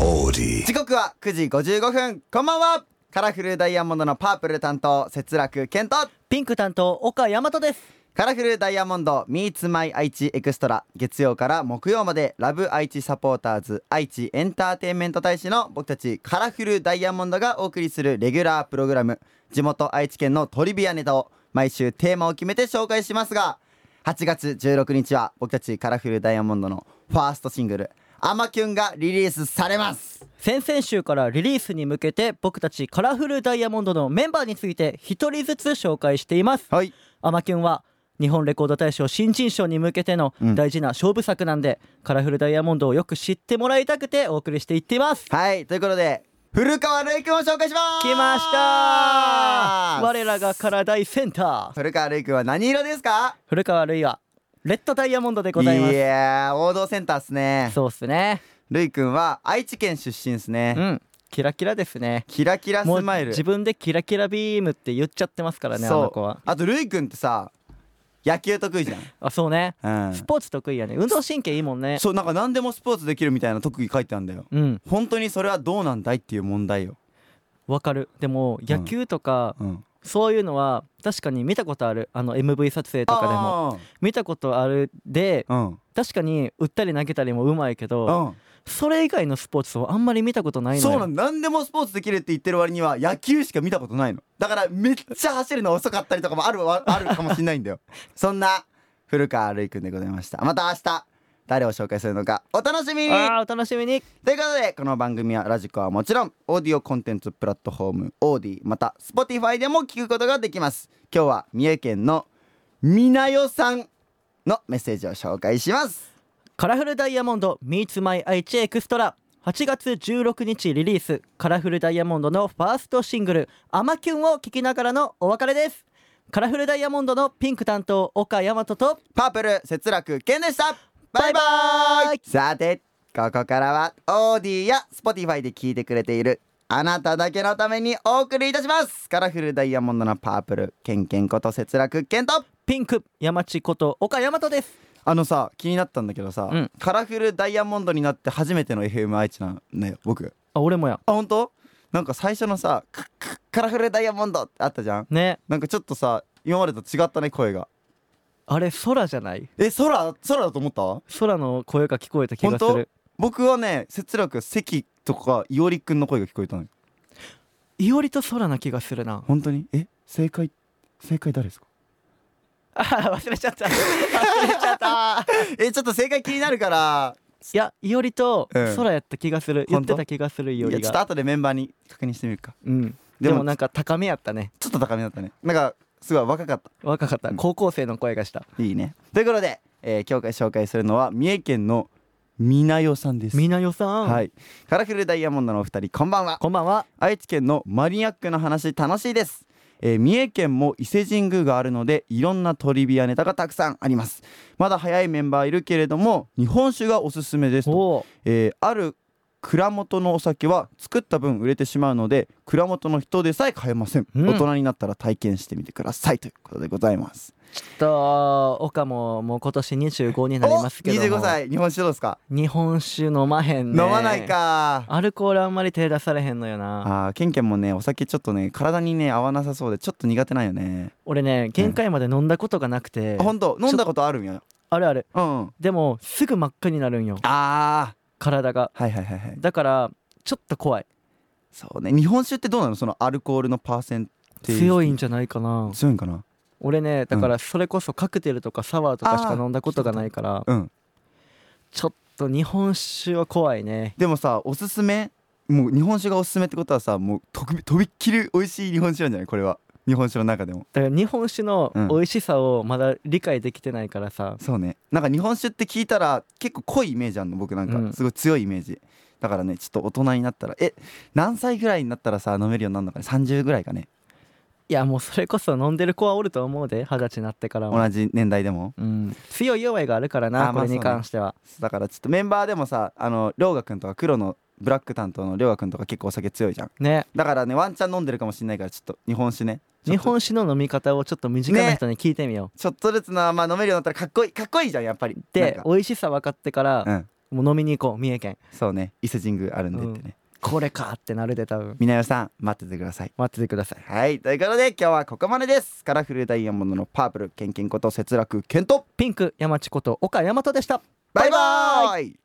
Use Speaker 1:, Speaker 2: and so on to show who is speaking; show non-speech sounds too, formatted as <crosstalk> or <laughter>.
Speaker 1: オーディ
Speaker 2: 時刻は9時55分こんばんはカラフルダイヤモンドのパープル担当節楽健と
Speaker 3: ピンク担当岡大和です
Speaker 2: カラフルダイヤモンド Meets My 愛知エクストラ月曜から木曜までラブ愛知サポーターズ愛知エンターテインメント大使の僕たちカラフルダイヤモンドがお送りするレギュラープログラム地元愛知県のトリビアネタを毎週テーマを決めて紹介しますが8月16日は僕たちカラフルダイヤモンドのファーストシングル「アマキュン」がリリースされます
Speaker 3: 先々週からリリースに向けて僕たちカラフルダイヤモンドのメンバーについて一人ずつ紹介しています
Speaker 2: はい
Speaker 3: アマキュンは日本レコード大賞新人賞に向けての
Speaker 2: うん
Speaker 3: 大事な勝負作なんで、カラフルダイヤモンドをよく知ってもらいたくてお送りしていっています
Speaker 2: はい、ということで、古川瑠衣くんを紹介します
Speaker 3: 来ました我らがカラダイセンター
Speaker 2: 古川瑠衣くんは何色ですか
Speaker 3: 古川るいはレッドダイヤモンドでございます
Speaker 2: やー、王道センターっすね。
Speaker 3: そうっすね
Speaker 2: 瑠衣くんは愛知県出身ですね。
Speaker 3: うんキラキラですね
Speaker 2: キラキラス
Speaker 3: もう
Speaker 2: マイル。
Speaker 3: 自分でキラキラビームって言っちゃってますからねあの子は
Speaker 2: あと瑠衣くんってさ、野球得意じ
Speaker 3: あ <laughs> そうね
Speaker 2: ゃん。うん
Speaker 3: ス。ポーツ得意やね運動神経いいもんね
Speaker 2: そう、なんか何でもスポーツできるみたいな特技書いてあるんだよ。
Speaker 3: うん
Speaker 2: 本当にそれはどうなんだいっていう問題よ。
Speaker 3: わかるでも野球とか、
Speaker 2: うん。
Speaker 3: そういうのは確かに見たことあるあの MV 撮影とかでも見たことあるで
Speaker 2: あー。うん。
Speaker 3: 確かに打ったり投げたりもうまいけど
Speaker 2: うん。
Speaker 3: それ以外のスポーツをあんまり見たことないのよ
Speaker 2: そうなんだ何でもスポーツできるって言ってる割には野球しか見たことないのだからめっちゃ走るの遅かったりとかもあるわあるかもしれないん
Speaker 3: <laughs>
Speaker 2: だよそんな古川るいくんでございましたまた明日誰を紹介するのかお楽しみに
Speaker 3: あーお楽しみに
Speaker 2: ということでこの番組はラジコはもちろんオーディオコンテンツプラットフォームオーディまた Spotify でも聞くことができます今日は三重県のみなよさんのメッセージを紹介します
Speaker 3: カラフルダイヤモンド Meets My 愛知エクストラ8月16日リリースカラフルダイヤモンドのファーストシングル「アマキュン」を聴きながらのお別れですカラフルダイヤモンドのピンク担当岡大和と
Speaker 2: パープル節楽健でしたバイバ
Speaker 3: バイバ
Speaker 2: ーイ
Speaker 3: イ
Speaker 2: さてここからはオーディや Spotify で聞いてくれているあなただけのためにお送りいたしますカラフルダイヤモンドのパープルケンケンこと節楽健と
Speaker 3: ピンク山地こと岡大和です
Speaker 2: あのさ気になったんだけどさ、
Speaker 3: うん
Speaker 2: カラフルダイヤモンドになって初めての FM 愛知なのよ僕
Speaker 3: あ俺もや
Speaker 2: あ本当なんか最初のさクックッカラフルダイヤモンドってあったじゃん
Speaker 3: ね
Speaker 2: なんかちょっとさ今までと違ったね声が
Speaker 3: あれ空じゃない
Speaker 2: え空空だと思った
Speaker 3: 空の声が聞こえた気がす
Speaker 2: 本
Speaker 3: る
Speaker 2: 僕はね節楽関とかいおりくんの声が聞こえたのよ
Speaker 3: いおりと空な気がするな
Speaker 2: 本当にえ正解正解誰ですか
Speaker 3: あー忘れちゃった <laughs> い
Speaker 2: あー <laughs> えちょっと正解気になるから
Speaker 3: やいおりと
Speaker 2: うん
Speaker 3: 空やった気がする、言ってた気がする
Speaker 2: い
Speaker 3: いお
Speaker 2: や
Speaker 3: り
Speaker 2: ちょっと
Speaker 3: が
Speaker 2: 後でメンバーに確認してみるか
Speaker 3: うん
Speaker 2: で
Speaker 3: で
Speaker 2: も
Speaker 3: もなんか高めやったね
Speaker 2: ちょっと高めだったねなんかすごい若かっ
Speaker 3: 若かった
Speaker 2: うん
Speaker 3: 高校生の声がした
Speaker 2: たいいねということで、えー今日紹介するのは三重県のみなよさんです
Speaker 3: みなよさん、
Speaker 2: はいカラフルダイヤモンドのお二人こんばんは
Speaker 3: こんばんは
Speaker 2: 愛知県のマニアックな話楽しいです、えー三重県も伊勢神宮があるのでいろんなトリビアネタがたくさんありますまだ早いメンバーいるけれども日本酒がおすすめですと、
Speaker 3: お
Speaker 2: え
Speaker 3: ー
Speaker 2: ーある蔵元のお酒は作った分売れてしまうので蔵元の人でさえ買えません、
Speaker 3: うん
Speaker 2: 大人になったら体験してみてくださいということでございます
Speaker 3: と岡ももう今年25になりますけども
Speaker 2: お25歳日本酒どうですか、
Speaker 3: 日本酒飲まへんね
Speaker 2: 飲まないか
Speaker 3: アルコールあんまり手出されへんのよな
Speaker 2: あーケンケンもねお酒ちょっとね体にね合わなさそうでちょっと苦手なんよね、
Speaker 3: 俺ね限界まで飲んだことがなくて、
Speaker 2: あほんと飲んだことあるんや
Speaker 3: あるある
Speaker 2: うんうん
Speaker 3: でもすぐ真っ赤になるんよ
Speaker 2: ああ
Speaker 3: 体が
Speaker 2: はいはいはいはい
Speaker 3: だからちょっと怖い
Speaker 2: そうね日本酒ってどうなのそのアルコールのパーセンテージ
Speaker 3: 強いんじゃないかな
Speaker 2: 強いんかな
Speaker 3: 俺ねだからそれこそカクテルとかサワーとかしか飲んだことがないから
Speaker 2: うん
Speaker 3: ちょっと日本酒は怖いね
Speaker 2: でもさおすすめもう日本酒がおすすめってことはさもうとくとびっきり美味しい日本酒なんじゃないこれは日本酒の中でも
Speaker 3: だから日本酒の
Speaker 2: うん
Speaker 3: 美味しさをまだ理解できてないからさ、
Speaker 2: そうねなんか日本酒って聞いたら結構濃いイメージあるの僕なん
Speaker 3: う
Speaker 2: か
Speaker 3: ん
Speaker 2: すごい強いイメージ、だからねちょっと大人になったらえ何歳ぐらいになったらさ飲めるようになるのかね30ぐらいかね
Speaker 3: いやもうそれこそ飲んでる子はおると思うで二十歳になってからは、
Speaker 2: 同じ年代でも
Speaker 3: うん、強い弱いがあるから
Speaker 2: あ
Speaker 3: な
Speaker 2: ま
Speaker 3: こ
Speaker 2: あ
Speaker 3: れに関しては、
Speaker 2: だからちょっとメンバーでもさあの涼河君とか黒のブラック担当の涼河君とか結構お酒強いじゃん
Speaker 3: ね
Speaker 2: だからねワンチャン飲んでるかもしれないからちょっと日本酒ねちょっ
Speaker 3: 日
Speaker 2: と
Speaker 3: 本酒の飲み方をちょっと身近な人に聞いてみよう、
Speaker 2: ちょっとずつな、まあ、飲めるようになったらかっこいいかっこいいじゃんやっぱり
Speaker 3: で
Speaker 2: なんか
Speaker 3: 美味しさ分かってから、
Speaker 2: うん
Speaker 3: もう飲みに行こう三重県
Speaker 2: そうね伊勢神宮あるんでってね、
Speaker 3: これかってなるで多分
Speaker 2: みなよさん待っててください
Speaker 3: 待っててください
Speaker 2: はいということで今日はここまでですカラフルダイヤモンドのパープルケンケンこと節楽健と
Speaker 3: ピンク山地こと岡大和でした
Speaker 2: バイバーイ